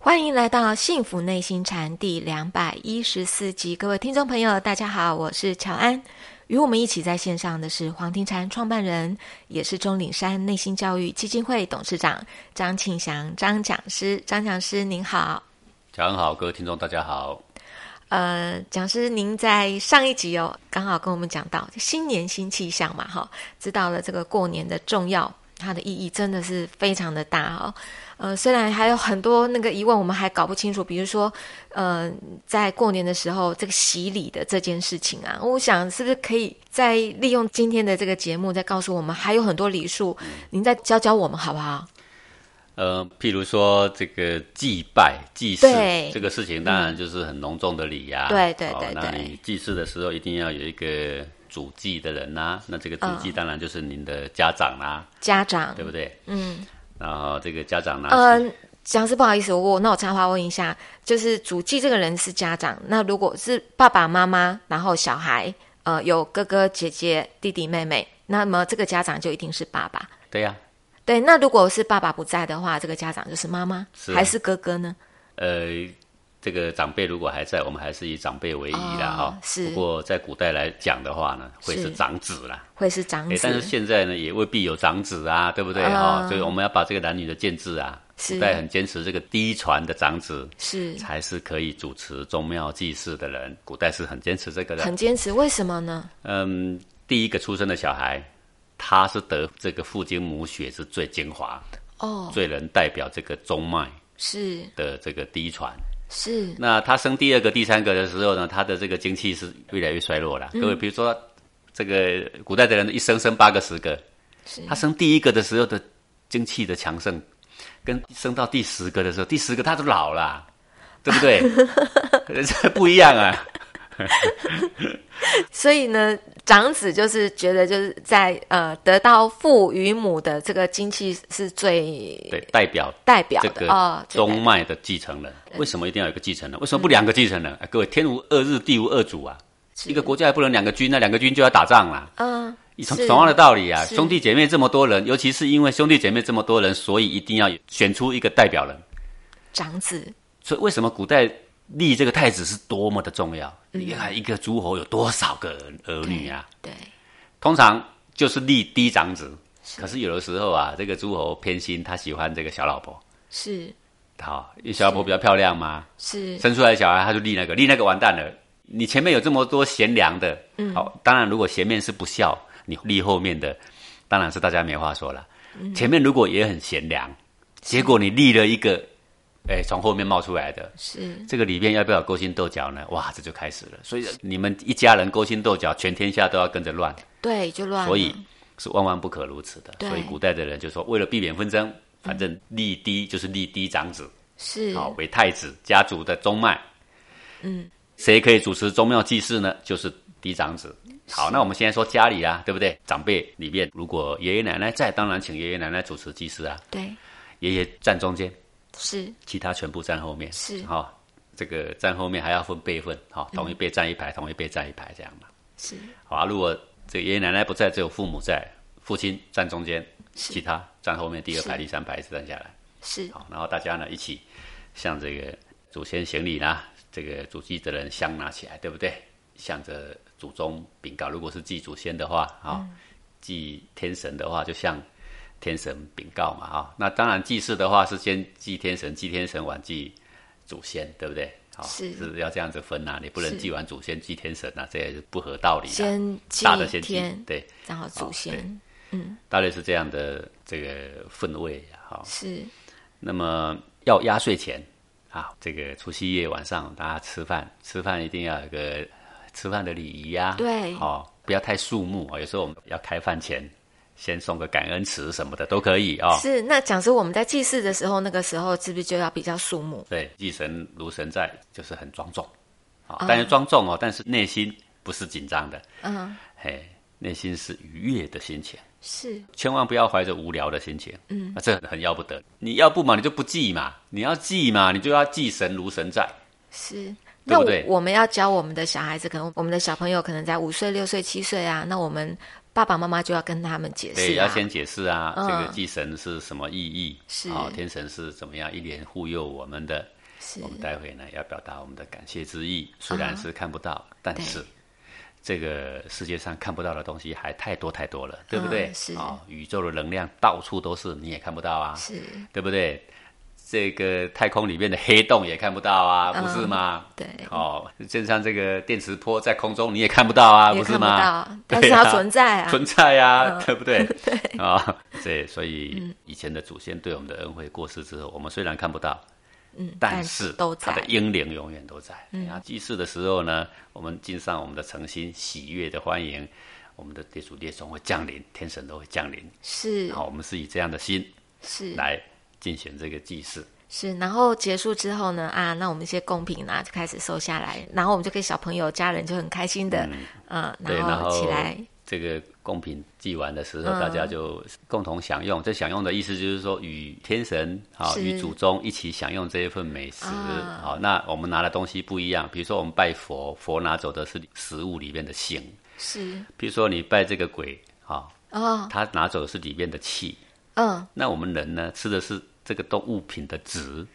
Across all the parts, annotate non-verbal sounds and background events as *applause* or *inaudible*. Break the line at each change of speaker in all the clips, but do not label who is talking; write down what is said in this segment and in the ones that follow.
欢迎来到《幸福内心禅》第两百一十四集，各位听众朋友，大家好，我是乔安。与我们一起在线上的是黄庭禅创办人，也是钟岭山内心教育基金会董事长张庆祥张讲师。张讲师您好，
乔安好，各位听众大家好。
呃，讲师您在上一集哦，刚好跟我们讲到新年新气象嘛，哈，知道了这个过年的重要。它的意义真的是非常的大哦，呃，虽然还有很多那个疑问，我们还搞不清楚，比如说，呃，在过年的时候，这个洗礼的这件事情啊，我想是不是可以再利用今天的这个节目，再告诉我们还有很多礼数，您再教教我们好不好？
呃，譬如说这个祭拜、祭祀
对
这个事情，当然就是很隆重的礼呀、
对对
好
对
那
对
你祭祀的时候一定要有一个主祭的人呐、那这个主祭当然就是您的家长啦、
家长，
对不对？
嗯
然后这个家长呢、
嗯。
啊是
呃讲师，不好意思，我那我插话问一下，就是主祭这个人是家长，那如果是爸爸妈妈，然后小孩，呃，有哥哥姐姐、弟弟妹妹，那么这个家长就一定是爸爸。
对呀、
对，那如果是爸爸不在的话，这个家长就是妈妈，
是啊
还是哥哥呢？
呃，这个长辈如果还在，我们还是以长辈为宜啦哈、
哦是
不过在古代来讲的话呢，会
是
是长子啦。
会嗯是长
哎，但是
子？
现在呢，也未必有长子啊，对不对哈、
啊
所以我们要把这个男女的建制啊，
是
古代很坚持这个嫡传的长子
是
才是可以主持宗庙祭祀的人，古代是很坚持这个的
很。坚持，为什么呢？
嗯，第一个出生的小孩，他是得这个父精母血是最精华，
哦，
最能代表这个宗脉
是
的这个嫡传。
是
那他生第二个、第三个的时候呢，他的这个精气是越来越衰弱
嗯
了。各位，比如说这个古代的人一生生八个、十个，
是
他生第一个的时候的精气的强盛，跟生到第十个的时候，第十个他都老了，对不对？
*laughs*
这不一样啊。
所以呢，长子就是觉得就是在呃得到父与母的这个精气是
对
最，
代表
代表
这
的
个
哦，最代
宗脉的继承人，为什么一定要有一个继承人？为什么不两个继承人？哎各位，天无二日，地无二主啊！
嗯是
一个国家也不能两个军，那两个军就要打仗啦。
嗯
同
是
同样的道理啊，
是
兄弟姐妹这么多人，尤其是因为兄弟姐妹这么多人，所以一定要选出一个代表人。
长子
所以为什么古代立这个太子是多么的重要？你看一个诸侯有多少个儿女啊？
嗯对
通常就是立嫡长子。可是有的时候啊，这个诸侯偏心，他喜欢这个小老婆，
是
好，因为小老婆比较漂亮嘛，
是
生出来的小孩他就立那个，立那个完蛋了。你前面有这么多贤良的，嗯，好，当然如果前面是不孝，你立后面的，当然是大家没话说了。前面如果也很贤良，结果你立了一个，哎，从后面冒出来的，
是
这个里面要不要有勾心斗角呢？哇，这就开始了。所以你们一家人勾心斗角，全天下都要跟着乱，
对就乱了，
所以是万万不可如此的。
嗯对
所以古代的人就说，为了避免纷争，反正立嫡就是立嫡长子，
是
好、啊为太子家族的宗脉。嗯，谁可以主持宗庙祭祀呢？就是嫡长子。好，那我们现在说家里啊，对不对？长辈里面，如果爷爷奶奶在，当然请爷爷奶奶主持祭祀啊，
对
爷爷站中间，
是
其他全部站后面。
是嗯
好、这个站后面还要分辈分，好、同一辈站一排，同一辈站一排这样嘛。
是
好啊，如果这个爷爷奶奶不在，只有父母在，父亲站中间，其他站后面第二排、
是
第三排一直站下来。
是
好，然后大家呢一起向这个祖先行礼啦，这个祖祭的人香拿起来，对不对？向着祖宗禀告，如果是祭祖先的话，啊、
嗯
祭天神的话，就向天神禀告嘛，啊、那当然祭祀的话是先祭天神，祭天神完祭祖先，对不对？好、
是
要这样子分呐、啊你不
是
能祭完祖先祭天神呐、这也是不合道理的。
先祭
大的先祭
天，，
对，
然后祖
好
先
大概是这样的这个氛围啊，好、
是
那么要压岁钱啊，这个除夕夜晚上大家吃饭，吃饭一定要有个吃饭的礼仪呀、
对
哦，不要太肃穆啊、哦。有时候我们要开饭前先送个感恩词什么的都可以哦。
是，那讲说我们在祭祀的时候，那个时候是不是就要比较肃穆？
对，祭神如神在，就是很庄重啊、但是庄重哦，但是内心不是紧张的，
嗯，
嘿，内心是愉悦的心情。
是
千万不要怀着无聊的心情，嗯，啊、这很很要不得。你要不嘛，你就不祭嘛；你要祭嘛，你就要祭神如神在。
是。
对
那
不
我
对
我们要教我们的小孩子，可能我们的小朋友可能在五岁、六岁、七岁啊，那我们爸爸妈妈就要跟他们解
对，
释
要
啊，
先解释啊，
嗯
这个祭神是什么意义？
是
哦，天神是怎么样一连护佑我们的？
是
我们待会呢要表达我们的感谢之意，虽然是看不到，
啊
但是这个世界上看不到的东西还太多太多了，对不对？啊
嗯、是
宇宙的能量到处都是，你也看不到啊，
是，
对不对？这个太空里面的黑洞也看不到啊，
嗯
不是吗？
对，
哦，就像这个电磁波在空中你也看不到啊，
也
不是
看不
吗？ *laughs*
到，但
对
是它
啊
存在啊，
存在啊，对
*laughs*
不对？啊、对，所以以前的祖先对我们的恩惠，过世之后，我们虽然看不到，
嗯，
但是
都
他的
在，嗯
英灵永远都在。然后祭祀的时候呢，我们尽上我们的诚心，喜悦的欢迎我们的列祖列宗会降临，天神都会降临。
是
好，我们是以这样的心
是
来进行这个祭祀。
是，然后结束之后呢，啊，那我们一些贡品啊就开始收下来，然后我们就给小朋友、家人就很开心的，嗯，
对，然
后
后
起来，
这个贡品祭完的时候，
嗯
大家就共同享用。这享用的意思就是说，与天神啊、
是
与祖宗一起享用这一份美食。
啊
好、那我们拿的东西不一样，比如说我们拜佛，佛拿走的是食物里面的性；，
是
比如说你拜这个鬼啊、
哦，
他拿走的是里面的气。
嗯，
那我们人呢，吃的是这个动物品的值。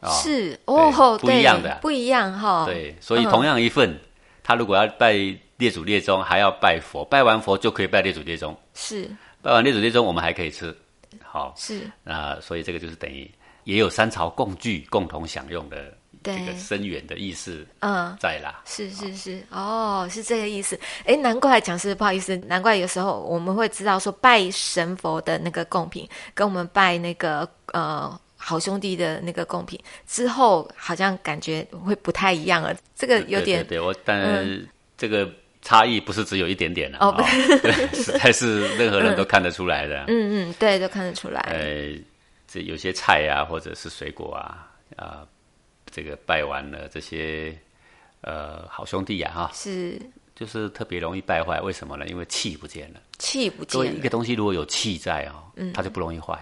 啊
是
对
哦，
不一
对
样的
不一样哈，
对，所
嗯
以同样一份，他如果要拜列祖列宗，还要拜佛，拜完佛就可以拜列祖列宗。
是
拜完列祖列宗，我们还可以吃。好，
是，
那所以这个就是等于也有三朝共聚、共同享用的这个
对，
深远的意思
嗯。
在啦。
是是是，哦，是这个意思。哎，难怪讲师不好意思，难怪有时候我们会知道说拜神佛的那个贡品，跟我们拜那个呃好兄弟的那个贡品之后，好像感觉会不太一样了。这个有点嗯
对对对，我但这个差异不是只有一点点啦。
哦
哦，对， *laughs* 实在是任何人都看得出来的。
嗯嗯，对，都看得出来。
呃，这有些菜啊，或者是水果啊，啊、这个拜完了这些呃好兄弟呀、啊、哈，
是
就是特别容易败坏。为什么呢？因为气不见了。
气不
各位，
见
一
了，嗯
个东西如果有气在哦，它就不容易坏。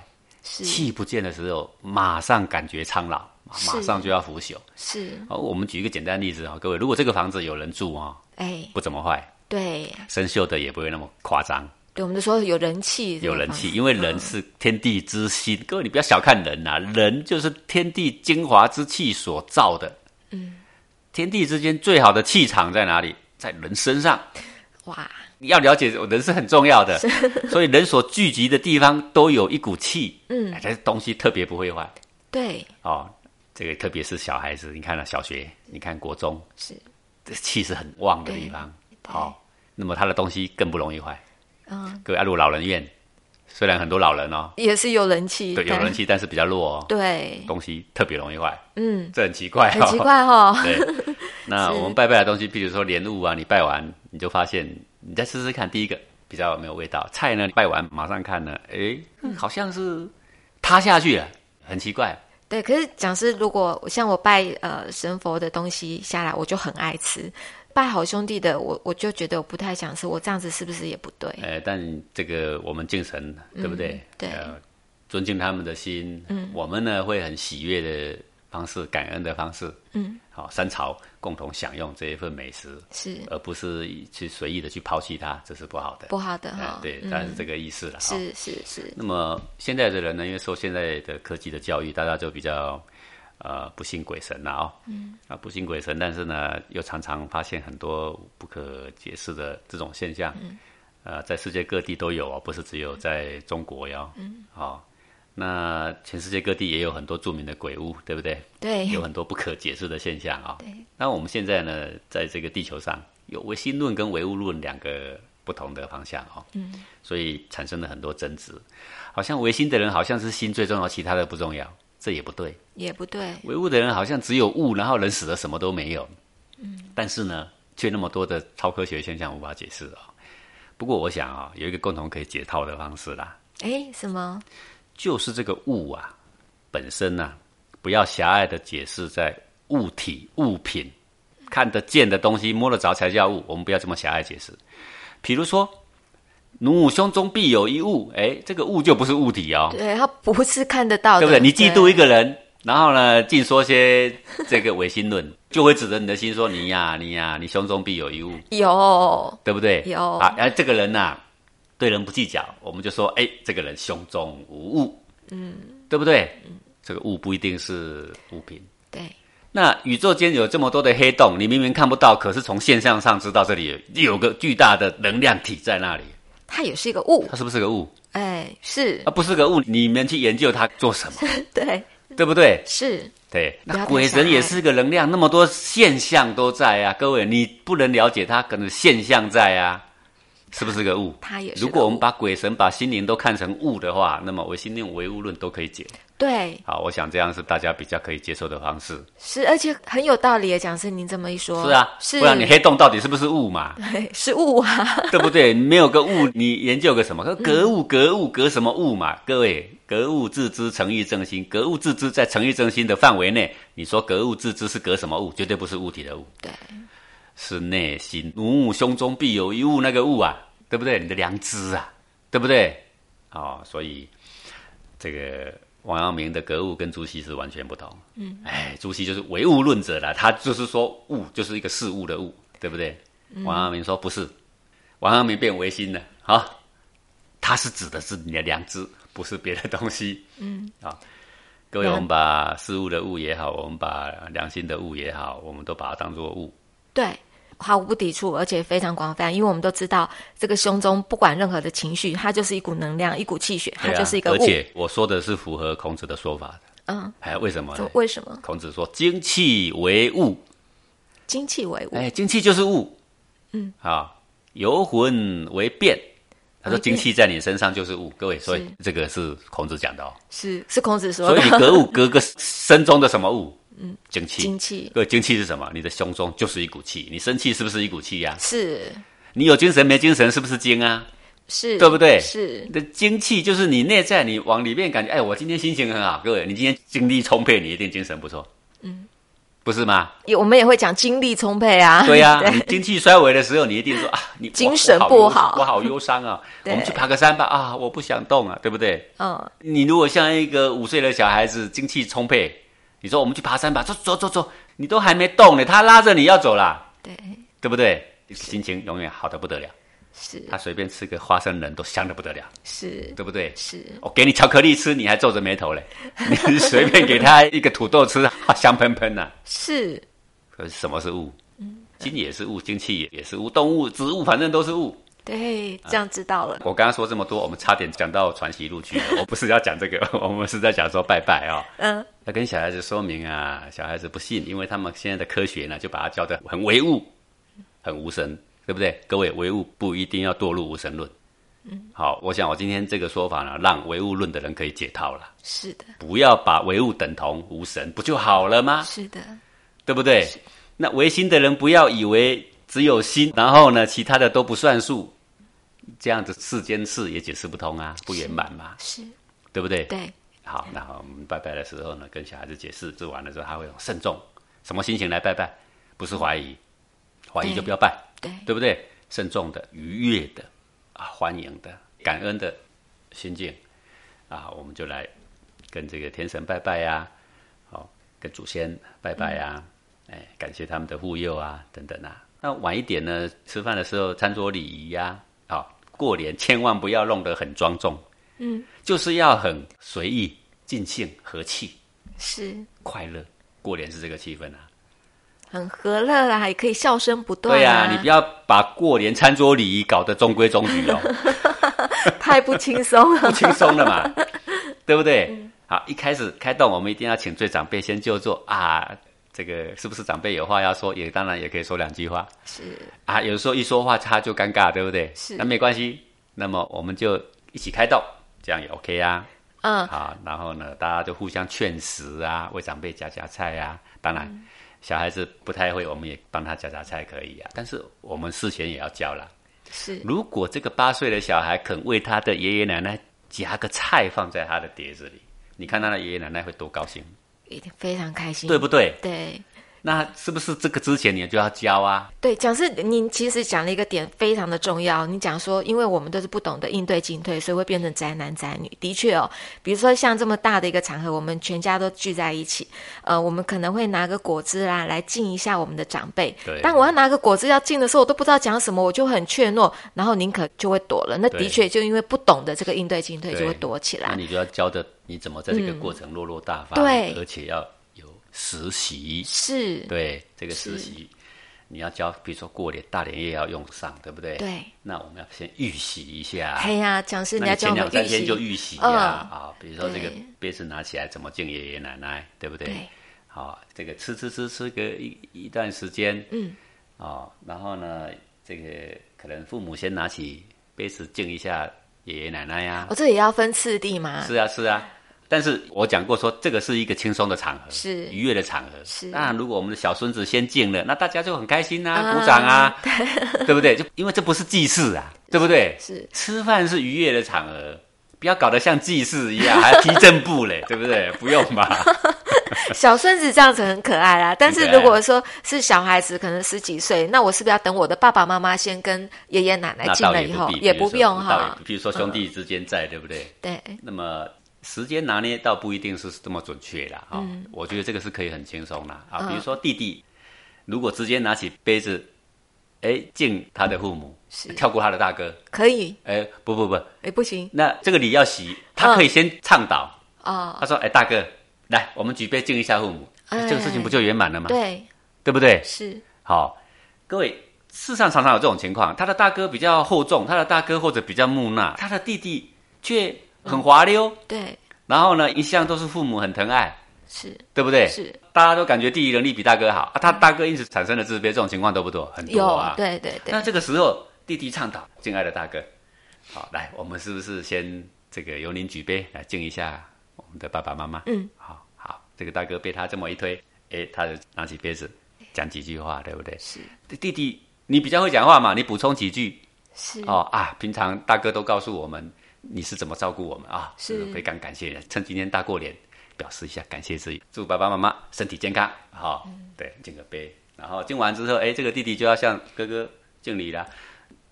是
气不见的时候，马上感觉苍老，马
是
上就要腐朽。
是，
好，我们举一个简单例子啊、各位，如果这个房子有人住啊、
哎，
不怎么坏，
对
生锈的也不会那么夸张，
对，我们就说有人气，
有嗯人气，，因为人是天地之心。各位，你不要小看人呐、人就是天地精华之气所造的。嗯，天地之间最好的气场在哪里？在人身上。
哇，
你要了解人是很重要的，所以人所聚集的地方都有一股气，嗯，这东西特别不会坏。
对，
哦，这个特别是小孩子，你看了、小学，你看国中，
是
这气是很旺的地方。好、那么他的东西更不容易坏。
嗯，
各位，爱入老人院，虽然很多老人哦，
也是有人气，
对，有人，气，但是比较弱哦，
对，
东西特别容易坏，
嗯，
这很奇怪、哦，
很奇。
*laughs*
怪哦， *laughs*
对，那我们拜拜的东西，譬如说莲雾啊，你拜完你就发现，你再试试看，第一个比较没有味道，菜呢拜完马上看呢，诶，
嗯
好像是塌下去了，很奇怪。
对，可是讲师，如果像我拜呃神佛的东西下来，我就很爱吃；拜好兄弟的，我我就觉得我不太想吃，我这样子是不是也不对？
呃，但这个我们敬神，对不对？
嗯对
呃，尊敬他们的心，嗯，我们呢会很喜悦的方式，感恩的方式，嗯，好、三朝共同享用这一份美食，
是
而不是去随意的去抛弃它，这是不好的。
不好的哈
呃、、对，但是这个意思了。哦
是是是，
那么现在的人呢，因为受现在的科技的教育，大家就比较呃不信鬼神了哦。嗯。啊，不信鬼神，但是呢，又常常发现很多不可解释的这种现象。嗯。呃，在世界各地都有哦，不是只有在中国哟。嗯。好、那全世界各地也有很多著名的鬼屋，对不对？
对
有很多不可解释的现象啊、
对
那我们现在呢，在这个地球上有唯心论跟唯物论两个不同的方向哦。嗯。所以产生了很多争执，好像唯心的人好像是心最重要，其他的不重要，这也不对。
也不对，
唯物的人好像只有物，然后人死了什么都没有。嗯。但是呢，却那么多的超科学现象无法解释哦。不过我想啊、有一个共同可以解套的方式啦，
哎，什么？
就是这个物啊本身呢、不要狭隘的解释在物体物品看得见的东西摸得着才叫物，我们不要这么狭隘解释。比如说，奴胸中必有一物，哎，这个物就不是物体哦，
*laughs* 对，他不是看得到的，
对不对？你嫉妒一个人，然后呢，尽说些这个唯心论，就会指着你的心说你呀、你呀、你胸中必有一物，
有
对不对？
有
啊，哎，这个人呐、对人不计较，我们就说，哎，这个人胸中无物，嗯，对不对？这个物不一定是物品，
对
那宇宙间有这么多的黑洞，你明明看不到，可是从现象上知道这里有有个巨大的能量体在那里，
它也是一个物，
它是不是个物？
哎，是
啊，，不是个物，你们去研究它做什么？
对，
对不对？
是，
对，
不
那
要太
鬼神
狭隘
也是个能量，那么多现象都在啊，各位，你不能了解它，可能现象在啊，是不是个物？
它也是个
如
物。
果我们把鬼神、把心灵都看成物的话，那么唯心论、唯物论都可以解。
对
好，我想这样是大家比较可以接受的方式。
是，而且很有道理耶。讲师您这么一说，
是啊，
哦是，
不
*laughs*
然你黑洞到底是不是物嘛？
对是物啊，
对不对？没有个物，你研究个什么？格物，格物，格什么物嘛？各位，格物致知，诚意正心。格物致知在诚意正心的范围内，你说格物致知是格什么物？绝对不是物体的物，
对，
是内心。无物胸中必有一物，那个物啊，对不对？你的良知啊，对不对？哦，所以这个王阳明的格物跟朱熹是完全不同。嗯，哎，朱熹就是唯物论者啦，他就是说物就是一个事物的物，对不对？王阳明说不是，王阳明变唯心了，好，他是指的是你的良知，不是别的东西。嗯，好，各位，
那
我们把事物的物也好，我们把良心的物也好，我们都把它当做物。
对，毫无不抵触，而且非常广泛，因为我们都知道，这个胸中不管任何的情绪，它就是一股能量，一股气血，它
对啊
就是一个
而
物。
且我说的是符合孔子的说法的。
嗯，
哎，为什么
怎
呢
么？为什么
孔子说：“精气为物，
精气为物？
哎，精气就是物，嗯，啊，游魂为变。他说
为
精
变
气在你身上就是物，各位，所以
是
这个是孔子讲的哦。
是是孔子说
所以你
的
格物格个身中的什么物？嗯，精气。
精气
各位，精气是什么？你的胸中就是一股气，你生气是不是一股气呀、
是
你有精神没精神是不是精啊？
是，
对不对
是
你的精气就是你内在，你往里面感觉，哎，我今天心情很好，各位，你今天精力充沛，你一定精神不错，嗯，不是
*laughs*
吗？
也我们也会讲精力充沛啊。
对
*laughs*
呀、你精气衰微的时候，你一定说啊，你我
精神
我
不
忧
好
我好忧伤啊，
*laughs*
我
对
们去爬个山吧啊，我不想动啊，对不对？
嗯，
你如果像一个五岁的小孩子，精气充沛，你说我们去爬山吧，走走走走，你都还没动呢，他拉着你要走啦，
对，
对不对？心情永远好的不得了，
是
他随便吃个花生仁都香的不得了，
是
对不对？
是，
我哦给你巧克力吃，你还皱着眉头嘞， *laughs* 你随便给他一个土豆吃， *laughs* 啊香喷喷呐、
是
可是什么是物？精也是物，精气也也是物，动物、植物反正都是物。
对，
啊
这样知道了。
我刚刚说这么多，我们差点讲到传习录去了。我不是要讲这个， *laughs* 我们是在讲说拜拜啊、
嗯，
要跟小孩子说明啊，小孩子不信，因为他们现在的科学呢，就把它教得很唯物，很无神，对不对？各位，唯物不一定要堕入无神论。嗯，好，我想我今天这个说法呢，让唯物论的人可以解套了，
是的，
不要把唯物等同无神，不就好了吗？
是的，
对不对？那唯心的人不要以为只有心，然后呢，其他的都不算数，这样子世间事也解释不通啊，不圆满嘛，
是
对不对？
对，
好，那我们拜拜的时候呢，跟小孩子解释，做完了之后他会很慎重，什么心情来拜拜？不是怀疑，怀疑就不要拜，
对
对不对？慎重的、愉悦的、啊欢迎的、感恩的心境啊，我们就来跟这个天神拜拜呀、好、跟祖先拜拜呀、哎，感谢他们的护佑啊，等等啊。那晚一点呢，吃饭的时候餐桌礼仪呀、好、过年千万不要弄得很庄重，嗯，就是要很随意、尽兴、和气、
是
快乐。过年是这个气氛啊，
很和乐啦，也可以笑声不断、啊
对啊呀、你不要把过年餐桌礼仪搞得中规中矩哦。
太不轻松
不 *laughs*
了。
轻松了
*laughs*
嘛，对不对？
嗯
好，一开始开动，我们一定要请最长辈先就坐啊。这个是不是长辈有话要说？也当然也可以说两句话
是
啊。有时候一说话他就尴尬，对不对？
是
那没关系，那么我们就一起开动，这样也 OK 啊。
嗯，
好，然后呢，大家就互相劝食啊，为长辈夹夹菜啊。当然，
嗯
小孩子不太会，我们也帮他夹夹菜可以啊。但是我们事前也要教啦。
是
如果这个八岁的小孩肯为他的爷爷奶奶夹个菜放在他的碟子里，你看他的爷爷奶奶会多高兴，
一定非常开心。
对不对？
对
那是不是这个之前你就要教啊？
对，讲是您其实讲了一个点非常的重要。你讲说，因为我们都是不懂得应对进退，所以会变成宅男宅女。的确哦，比如说像这么大的一个场合，我们全家都聚在一起，呃，我们可能会拿个果汁啦来敬一下我们的长辈。
对
但我要拿个果汁要敬的时候，我都不知道讲什么，我就很怯懦，然后宁可就会躲了。那
对
的确就因为不懂得这个应对进退，
对
就会躲起
那
来。
你就要教的你怎么在这个过程落落大方，
对
而且要有实习。
是，
对，这个
是
实习你要教，比如说过年大年夜要用上，对不对？
对。
那我们要先预习一下。
嘿哎呀、讲师人
那
家
你
教
前
我们
两三
预
天
习，
就预习呀
嗯
啊，比如说这个
对
杯子拿起来怎么敬爷爷奶奶，对不对
对？
好，这个吃吃吃吃个一一段时间，
嗯，
哦，然后呢，这个可能父母先拿起杯子敬一下爷爷奶奶呀、
我、这也要分次第吗？
是啊，是啊。但是我讲过说，这个是一个轻松的场合，
是
愉悦的场合。
是
那如果我们的小孙子先进了，那大家就很开心啊，
啊
鼓掌啊，对不对？就因为这不是祭祀啊，对不对？
是
吃饭是愉悦的场合，不要搞得像祭祀一样，还踢正步嘞，对不对？不用吧？
小孙子这样子很可爱啦，但是
很可爱啊
如果说是小孩子，可能十几岁，那我是不是要等我的爸爸妈妈先跟爷爷奶奶
那
进
倒
了
也
以
不
后，
必，
也
比如
不
说
用
倒也
哈嗯
不？比如说兄弟之间在，对不对？
对，
那么时间拿捏到不一定是这么准确啦，啊、
嗯
我觉得这个是可以很轻松啦，啊，比如说弟弟，如果直接拿起杯子，哎，敬他的父母，
是
跳过他的大哥，
可以，
哎，不不不，
也不行
那这个礼要洗，他可以先倡导，
嗯哦。
他说，哎，大哥，来，我们举杯敬一下父母，
哎
这个事情不就圆满了吗？
对，
对不对？
是
好，各位，世上常常有这种情况，他的大哥比较厚重，他的大哥或者比较木讷，他的弟弟却很滑溜。
对，
然后呢，一向都是父母很疼爱，
是
对不对？
是，嗯
大家都感觉弟弟能力比大哥好啊，他大哥因此产生了自卑，这种情况多不多？很多
有，
啊。
对对对
那，这个时候，弟弟倡导敬爱的大哥，好，来，我们是不是先这个由您举杯来敬一下我们的爸爸妈妈？
嗯，
好好，这个大哥被他这么一推，哎，他就拿起杯子讲几句话，对不对？
是
弟弟，你比较会讲话嘛，你补充几句，
是
哦啊，平常大哥都告诉我们你是怎么照顾我们啊，
是
非常感谢，趁今天大过年表示一下感谢之意，祝爸爸妈妈身体健康，好、
嗯
对，敬个杯，然后敬完之后，哎，这个弟弟就要向哥哥敬礼了。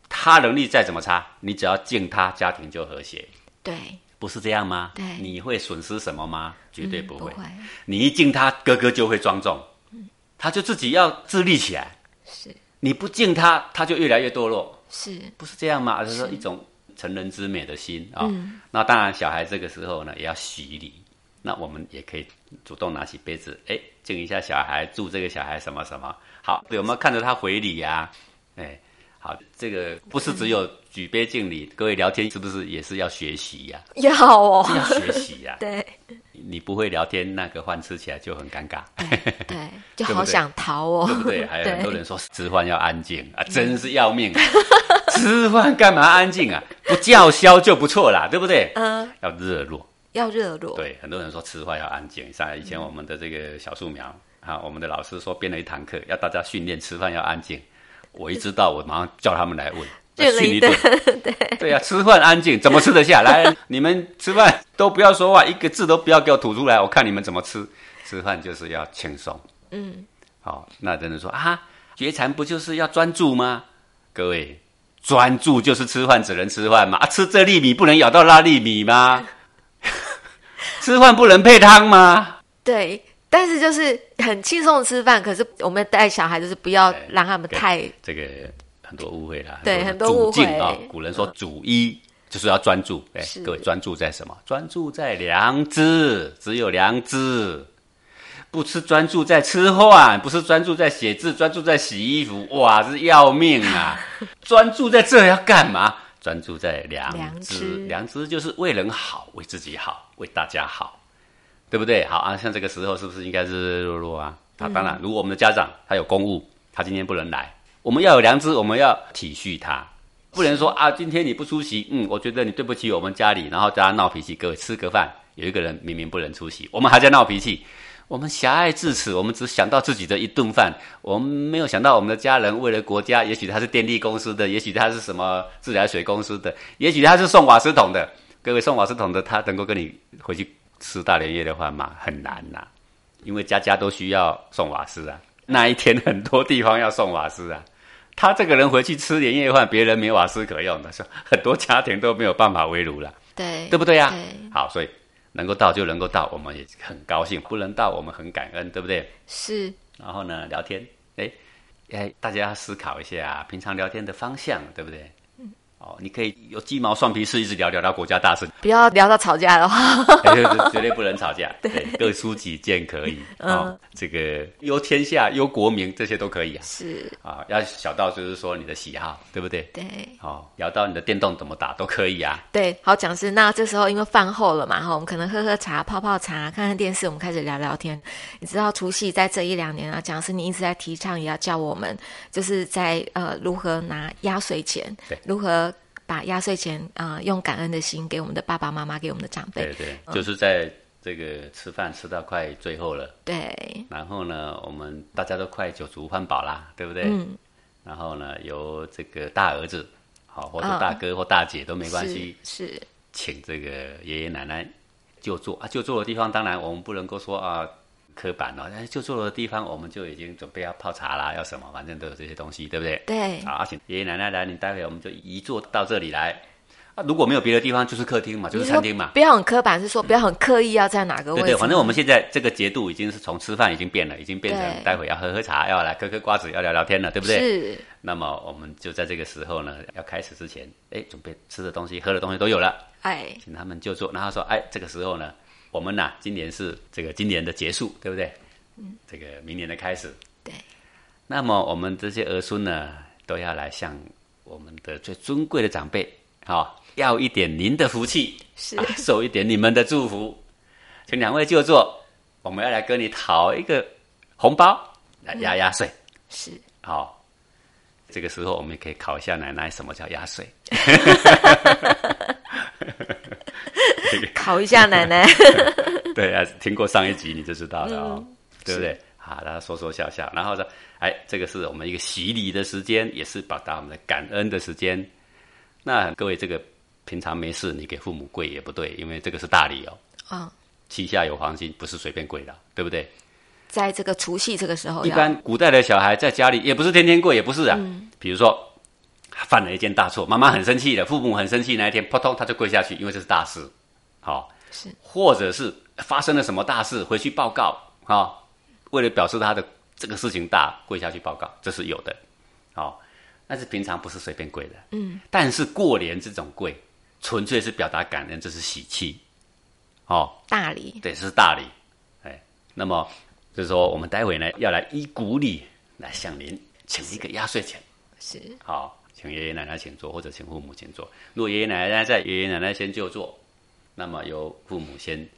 他能力再怎么差，你只要敬他，家庭就和谐，
对，
不是这样吗？
对嗯
你会损失什么吗？绝对不
不
会。
会嗯
你一敬他，哥哥就会庄重，他就自己要自立起来。
是
你不敬他，他就越来越堕落。 *laughs*
是
不是这样嘛？而是说一种成人之美的心啊、那当然，小孩这个时候呢，也要洗礼。那我们也可以主动拿起杯子，哎，敬一下小孩，祝这个小孩什么什么好，有没有看着他回礼呀、哎，好，这个不是只有举杯敬礼，各位聊天是不是也是要学习呀、
要哦，
要学习呀、
对
你不会聊天，那个饭吃起来就很尴尬。 *laughs*
对，就
对不
好
对
想逃哦，
对不
*laughs*
对？还有很多
对
人说吃饭要安静啊，真是要命啊！ *laughs* 吃饭干嘛安静啊？不叫嚣就不错啦，对不对？
嗯，
要热络。
要热络，
对，很多人说吃饭要安静。像以前我们的这个小树苗啊，我们的老师说编了一堂课，要大家训练吃饭要安静。我一知道，我马上叫他们来问，
热
要
了
训
一
一顿
顿。，
对呀、吃饭安静，怎么吃得下来？你们吃饭都不要说话，一个字都不要给我吐出来，我看你们怎么吃。吃饭就是要轻松。
嗯，
好、那真的说啊，觉禅不就是要专注吗？各位，专注就是吃饭只能吃饭嘛，啊，吃这粒米不能咬到那粒米吗？ *laughs* 吃饭不能配汤吗？
对，但是就是很轻松的吃饭，可是我们带小孩就是不要
对
让他们
对
太
这个很多误会啦，
对
的
很多误
主
会嗯
敬啊、古人说主一。就是要专注，哎、
是
各位专注在什么？专注在良知，只有良知，不是专注在吃饭，不是专注在写字，专注在洗衣服，哇，是要命啊！
*laughs*
专注在这要干嘛？专注在良
良
知，
知
良知就是为人好，为自己好，为大家好。对不对？好啊，像这个时候是不是应该是弱弱啊？他
嗯
当然，如果我们的家长他有公务，他今天不能来，我们要有良知，我们要体恤他，不能说啊，今天你不出席，嗯，我觉得你对不起我们家里，然后大家闹脾气。各位吃个饭，有一个人明明不能出席，我们还在闹脾气。我们狭隘至此，我们只想到自己的一顿饭，我们没有想到我们的家人为了国家，也许他是电力公司的，也许他是什么自来水公司的，也许他是送瓦斯桶的。各位送瓦斯桶的，他能够跟你回去吃大年夜的饭吗？很难呐、因为家家都需要送瓦斯啊。那一天很多地方要送瓦斯啊。他这个人回去吃年夜饭，别人没瓦斯可用的，说很多家庭都没有办法围炉了。
对，
对不啊对呀、
对，
好，所以能够到就能够到，我们也很高兴；不能到，我们很感恩，对不对？
是
然后呢，
嗯
聊天，哎，哎，大家要思考一下，平常聊天的方向，对不对？哦，你可以有鸡毛蒜皮事一直聊聊到国家大事，
*laughs* 不要聊到吵架了
*laughs*
哈。
哎对绝对不能吵架。对，各抒己见可以。
嗯
哦，这个忧天下、忧国民，这些都可以啊。
是，
啊，要小到就是说你的喜好，对不对？
对。
哦，聊到你的电动怎么打都可以啊。
对，好讲师，那这时候因为饭后了嘛，哈，我们可能喝喝茶、泡泡茶、看看电视，我们开始聊聊天。你知道除夕在这一两年啊，讲师你一直在提倡，也要教我们，就是在呃如何拿压岁钱
对，
如何把压岁钱啊、呃用感恩的心给我们的爸爸妈妈，给我们的长辈
对。对，就是在这个吃饭吃到快最后了，
对，
然后呢，我们大家都快酒足饭饱啦，对不对？
嗯，
然后呢，由这个大儿子，好或者大哥或大姐都没关系，
是是
请这个爷爷奶奶就坐啊，就坐的地方，当然我们不能够说啊刻板哦，哎就坐的地方我们就已经准备要泡茶啦，要什么，反正都有这些东西，对不对？
对
好，啊请爷爷奶奶来，你待会我们就移坐到这里来。啊，如果没有别的地方，就是客厅嘛，就是餐厅嘛。
不要很刻板，是说不要很刻意要在哪个位
对
置。
对，反正我们现在这个节度已经是从吃饭已经变了，已经变
对
成待会要喝喝茶，要来嗑嗑瓜子，要聊聊天了，对不对？
是
那么我们就在这个时候呢，要开始之前，哎，准备吃的东西、喝的东西都有了，
哎，
请他们就坐。然后说，哎，这个时候呢，我们呐、今年是这个今年的结束，对不对？嗯，这个明年的开始。
对。
那么我们这些儿孙呢，都要来向我们的最尊贵的长辈，好、要一点您的福气，
是
啊受一点你们的祝福，请两位就坐，我们要来跟你讨一个红包来压压岁。
是
好、这个时候我们也可以考一下奶奶什么叫压岁。
考一下奶奶。 *laughs*
*laughs* 对啊，听过上一集你就知道了哦，对不对？好，大家说说笑笑，然后说，哎，这个是我们一个洗礼的时间，也是表达我们的感恩的时间。那各位，这个平常没事，你给父母跪也不对，因为这个是大礼哦，
嗯，
膝下有黄金，不是随便跪的，对不对？
在这个除夕这个时候
一
要，
般古代的小孩在家里也不是天天跪，也不是啊。比如说犯了一件大错，妈妈很生气了，父母很生气，那一天扑通他就跪下去，因为这是大事。好、
是
或者是发生了什么大事，回去报告啊、为了表示他的这个事情大，跪下去报告，这是有的。好、但是平常不是随便跪的。嗯，但是过年这种跪，纯粹是表达感恩，这是喜气。哦，
大礼
对，这是大礼。哎，那么就是说，我们待会呢要来依古礼来向您请一个压岁钱，
是
好，请爷爷奶奶请坐，或者请父母请坐。如果爷爷奶奶在，爷爷奶奶先就坐，那么由父母先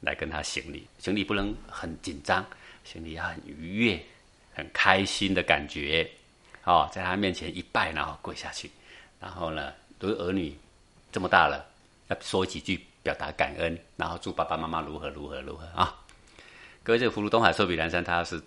来跟他行礼，行礼不能很紧张，行礼要啊很愉悦、很开心的感觉。哦，在他面前一拜，然后跪下去，然后呢，如果儿女这么大了，要说几句表达感恩，然后祝爸爸妈妈如何如何如何啊！各位，这个福如东海寿比南山，他是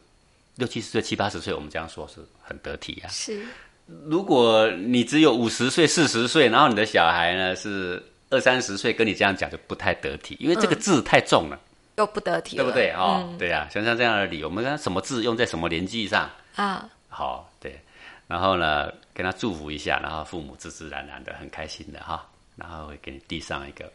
六七十岁、七八十岁，我们这样说是很得体啊。
是
如果你只有五十岁、四十岁，然后你的小孩呢是二三十岁，跟你这样讲就不太得体，因为这个字太重了，
又不得体
对
了，
不对啊、哦对呀、像像这样的理，我们看什么字用在什么年纪上，
啊，
好，对，然后呢，跟他祝福一下，然后父母自自然然的很开心的哈，然后会给你递上一个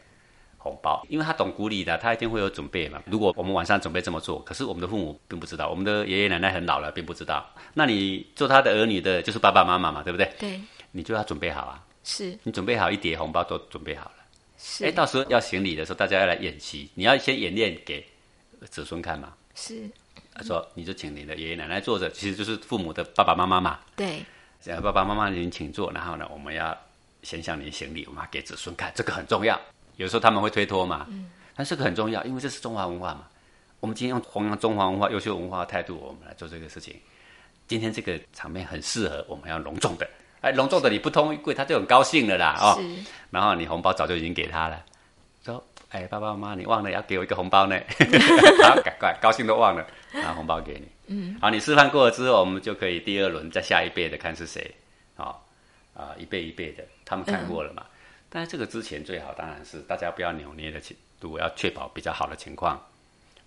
红包，因为他懂古礼的，他一定会有准备嘛。如果我们晚上准备这么做，可是我们的父母并不知道，我们的爷爷奶奶很老了，并不知道。那你做他的儿女的，就是爸爸妈妈嘛，对不对？
对，
你就要准备好啊，
是
你准备好一叠红包都准备好了。
是
哎，到时候要行礼的时候，大家要来演习，你要先演练给子孙看嘛。
是，
他说，你就请你的爷爷奶奶坐着，其实就是父母的爸爸妈妈嘛。
对，
呃，爸爸妈妈您请坐，然后呢，我们要先向您行礼，我们要给子孙看，这个很重要。有时候他们会推脱嘛，但这个很重要，因为这是中华文化嘛。我们今天用弘扬中华文化、优秀文化的态度，我们来做这个事情。今天这个场面很适合，我们要隆重的。哎，隆重的你不通一跪，他就很高兴了啦，哦。
是
然后你红包早就已经给他了，说：“哎，爸爸妈妈，你忘了要给我一个红包呢。”好，赶快，高兴都忘了，拿红包给你。嗯，好，你示范过了之后，我们就可以第二轮再下一辈的看是谁，好、啊、一辈一辈的，他们看过了嘛。但是这个之前最好当然是大家不要扭捏的情，如果要确保比较好的情况，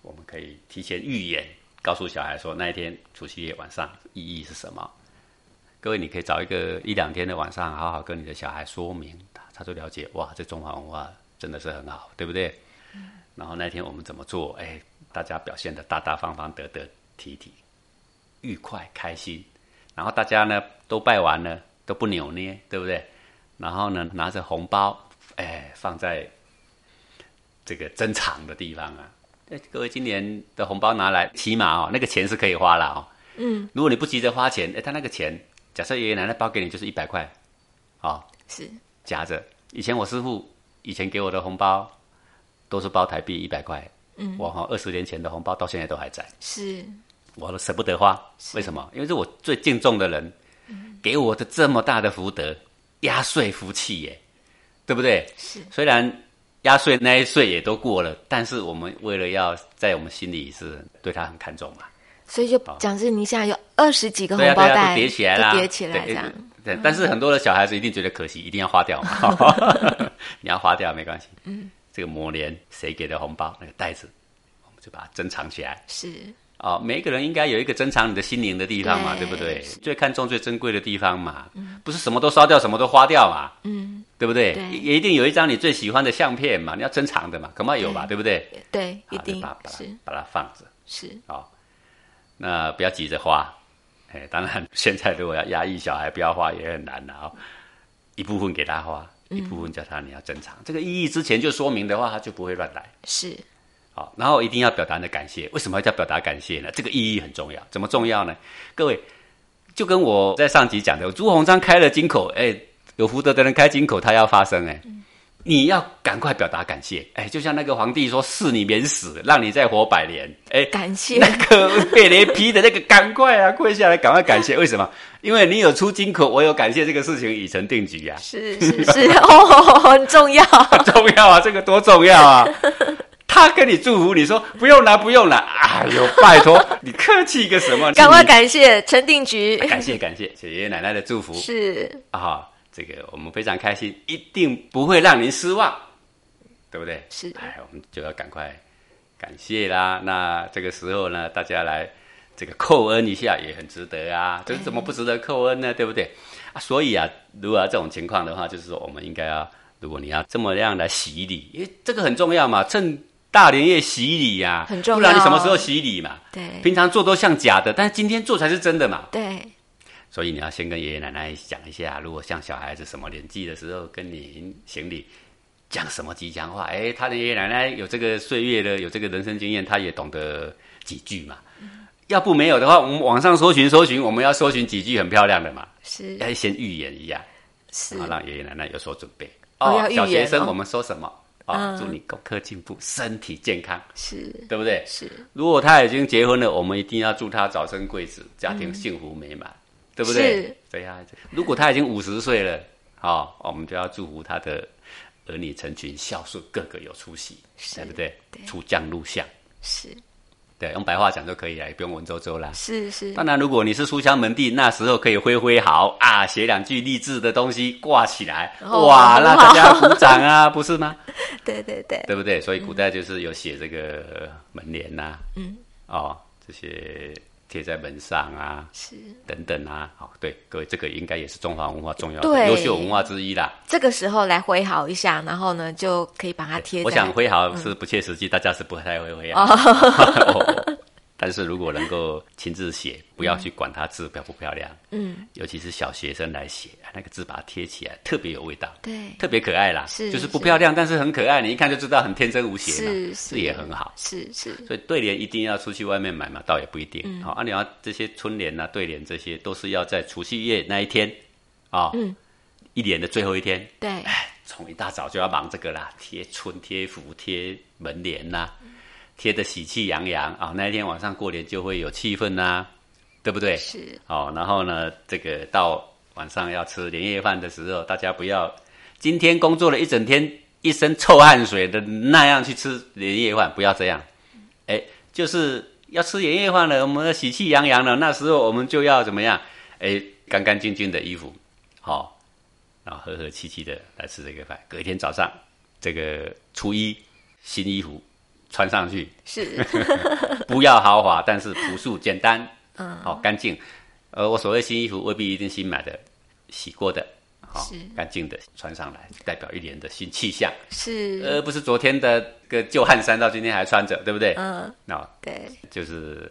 我们可以提前预演，告诉小孩说那一天除夕夜晚上意义是什么。各位，你可以找一个一两天的晚上，好好跟你的小孩说明，他他就了解哇，这中华文化真的是很好，对不对？然后那天我们怎么做？哎，大家表现的大大方方、得得体体、愉快、开心。然后大家呢都拜完了，都不扭捏，对不对？然后呢拿着红包，哎，放在这个珍藏的地方啊。哎，各位今年的红包拿来，起码哦，那个钱是可以花了哦。嗯，如果你不急着花钱，哎，他那个钱，假设爷爷奶奶包给你就是一百块，哦，
是
夹着。以前我师傅以前给我的红包都是包台币一百块，嗯，我好二十年前的红包到现在都还在。
是
我都舍不得花。为什么？因为是我嗯最敬重的人，给我的这么大的福德，压岁福气耶，对不对？
是
虽然压岁那一岁也都过了，但是我们为了要在我们心里是对他很看重啊嘛。
所以就讲是你现在有二十几个红
哦对啊，
包
对
袋、
啊，都叠起来啦，
都叠起来
对哎
这样。嗯
对，但是很多的小孩子一定觉得可惜，一定要花
*laughs*
掉嘛。你要花掉没关系，嗯，这个磨年谁给的红包那个袋子，我们就把它珍藏起来。
是
哦，每一个人应该有一个珍藏你的心灵的地方嘛，
对
对不对
是？
最看重、最珍贵的地方嘛，不是什么都烧掉、什么都花掉嘛，
嗯，
对不对？
对
也一定有一张你最喜欢的相片嘛，你要珍藏的嘛，恐怕有吧，对不对？
对，一
好就
定
把它把它
是
把它放着，
是
那不要急着花。哎，当然， *laughs* 现在如果要压抑小孩不要花也很难了哦，一部分给他花，一部分叫他你要珍藏。这个意义之前就说明的话，他就不会乱来。
是
好，然后一定要表达你的感谢。为什么要叫表达感谢呢？这个意义很重要。怎么重要呢？各位，就跟我在上集讲的，朱鸿章开了金口，哎，有福德的人开金口，他要发生，哎、你要赶快表达感谢，哎，就像那个皇帝说赐你免死，让你再活百年，哎，
感谢
那个 *laughs* 被雷劈的那个，赶快啊，跪下来，赶快感谢。为什么？因为你有出金口，我有感谢，这个事情已成定局呀、 *laughs*
是是是哦，很重要。
重要啊，这个多重要啊！他跟你祝福，你说不用啦，不用啦，哎呦，拜托，你客气个什么？
赶快
你
感谢陈定
*laughs*
局，
感谢感谢，谢爷爷奶奶的祝福
是
啊！这个我们非常开心，一定不会让您失望，对不对？
是
哎，我们就要赶快感谢啦。那这个时候呢，大家来这个叩恩一下也很值得啊。这怎么不值得叩恩呢？对不对？啊，所以啊，如果要这种情况的话，就是说我们应该要，如果你要这么样来洗礼，因为这个很重要嘛，趁大年夜洗礼呀、
很重要
不然你什么时候洗礼嘛？
对
平常做都像假的，但是今天做才是真的嘛。
对
所以你要先跟爷爷奶奶讲一下，如果像小孩子什么年纪的时候跟你行礼，讲什么吉祥话，哎，他的爷爷奶奶有这个岁月的，有这个人生经验，他也懂得几句嘛。要不没有的话，我们网上搜寻搜寻，我们要搜寻几句很漂亮的嘛，
是
要先预演一下，
是
然后让爷爷奶奶有所准备。
哦嗯要预
小学
演
生
哦
我们说什么？哦，祝你功课进步，身体健康，
是
对不对？
是，
如果他已经结婚了，我们一定要祝他早生贵子，家庭幸福美满，对不对
嗯是？
对呀、如果他已经五十岁了，好、我们就要祝福他的儿女成群孝顺，个个有出息，
是
对不对？出将入相，
是
对，用白话讲就可以了，也不用文绉绉啦。
是是
当然，如果你是书香门第，那时候可以挥挥毫啊，写两句励志的东西挂起来，
哦
哇，
很
让
好
大家鼓掌啊，不是吗？
对对对，
对不对？所以古代就是有写这个门帘呐、嗯，哦，这些贴在门上啊，
是
等等啊，好、对，各位，这个应该也是中华文化重要的
对
优秀文化之一啦。
这个时候来挥毫一下，然后呢就可以把它贴在。嗯
我想挥毫是不切实际，大家是不太会挥毫。 *laughs* 哦但是如果能够亲自写，
嗯
不要去管它字漂不漂亮，嗯，尤其是小学生来写，啊那个字把它贴起来，特别有味道，
对
特别可爱啦。
是
就是不
是
漂亮，但是很可爱，你一看就知道很天真无邪嘛，
是
这也很好。
是是
所以对联一定要出去外面买嘛，倒也不一定。好、啊，你要这些春联啊、对联这些，都是要在除夕夜那一天啊，一年的最后一天，
对
从一大早就要忙这个啦，贴春、贴福、贴门帘呐、贴的喜气洋洋啊、那一天晚上过年就会有气氛呐、对不对？
是
哦，然后呢，这个到晚上要吃年夜饭的时候，大家不要今天工作了一整天，一身臭汗水的那样去吃年夜饭，不要这样。哎，就是要吃年夜饭了，我们要喜气洋洋了，那时候我们就要怎么样？哎，干干净净的衣服，好、然后和和气气的来吃这个饭。隔一天早上，这个初一新衣服穿上去，
是 *laughs*
不要豪华，但是朴素简单，嗯，好、干净。呃，我所谓新衣服未必一定新买的，洗过的，好、
是
干净的穿上来，代表一年的新气象，
是，
而不是昨天的个旧汗衫到今天还穿着，对不对？
嗯，
那、
对
就是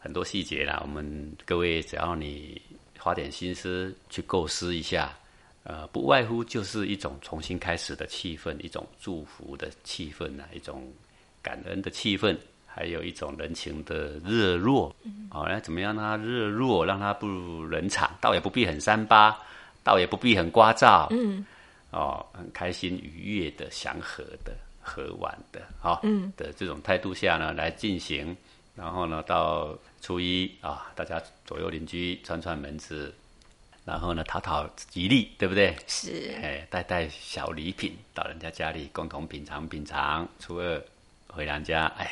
很多细节啦，我们各位只要你花点心思去构思一下，啊、呃，不外乎就是一种重新开始的气氛，一种祝福的气氛啊，一种感恩的气氛，还有一种人情的热络。好、哦，那怎么样让它热络，让它不冷场？倒也不必很三八，倒也不必很聒噪。嗯，哦，很开心、愉悦的、祥和的、和婉的，好、哦，嗯的这种态度下呢，来进行。然后呢，到初一啊，大家左右邻居串串门子，然后呢，讨讨吉利，对不对？
是
哎，带带小礼品到人家家里共同品尝品尝。初二回娘家，哎，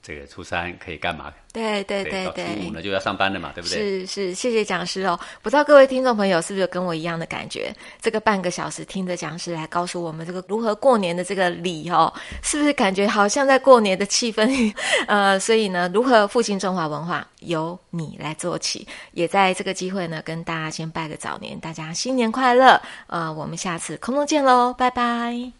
这个初三可以干嘛？
对对对
到初五呢就要上班了嘛，对不对？
是是，谢谢讲师哦。不知道各位听众朋友是不是有跟我一样的感觉？这个半个小时听着讲师来告诉我们这个如何过年的这个礼哦，是不是感觉好像在过年的气氛？ *laughs* 呃，所以呢，如何复兴中华文化，由你来做起。也在这个机会呢，跟大家先拜个早年，大家新年快乐。呃，我们下次空中见喽，拜拜。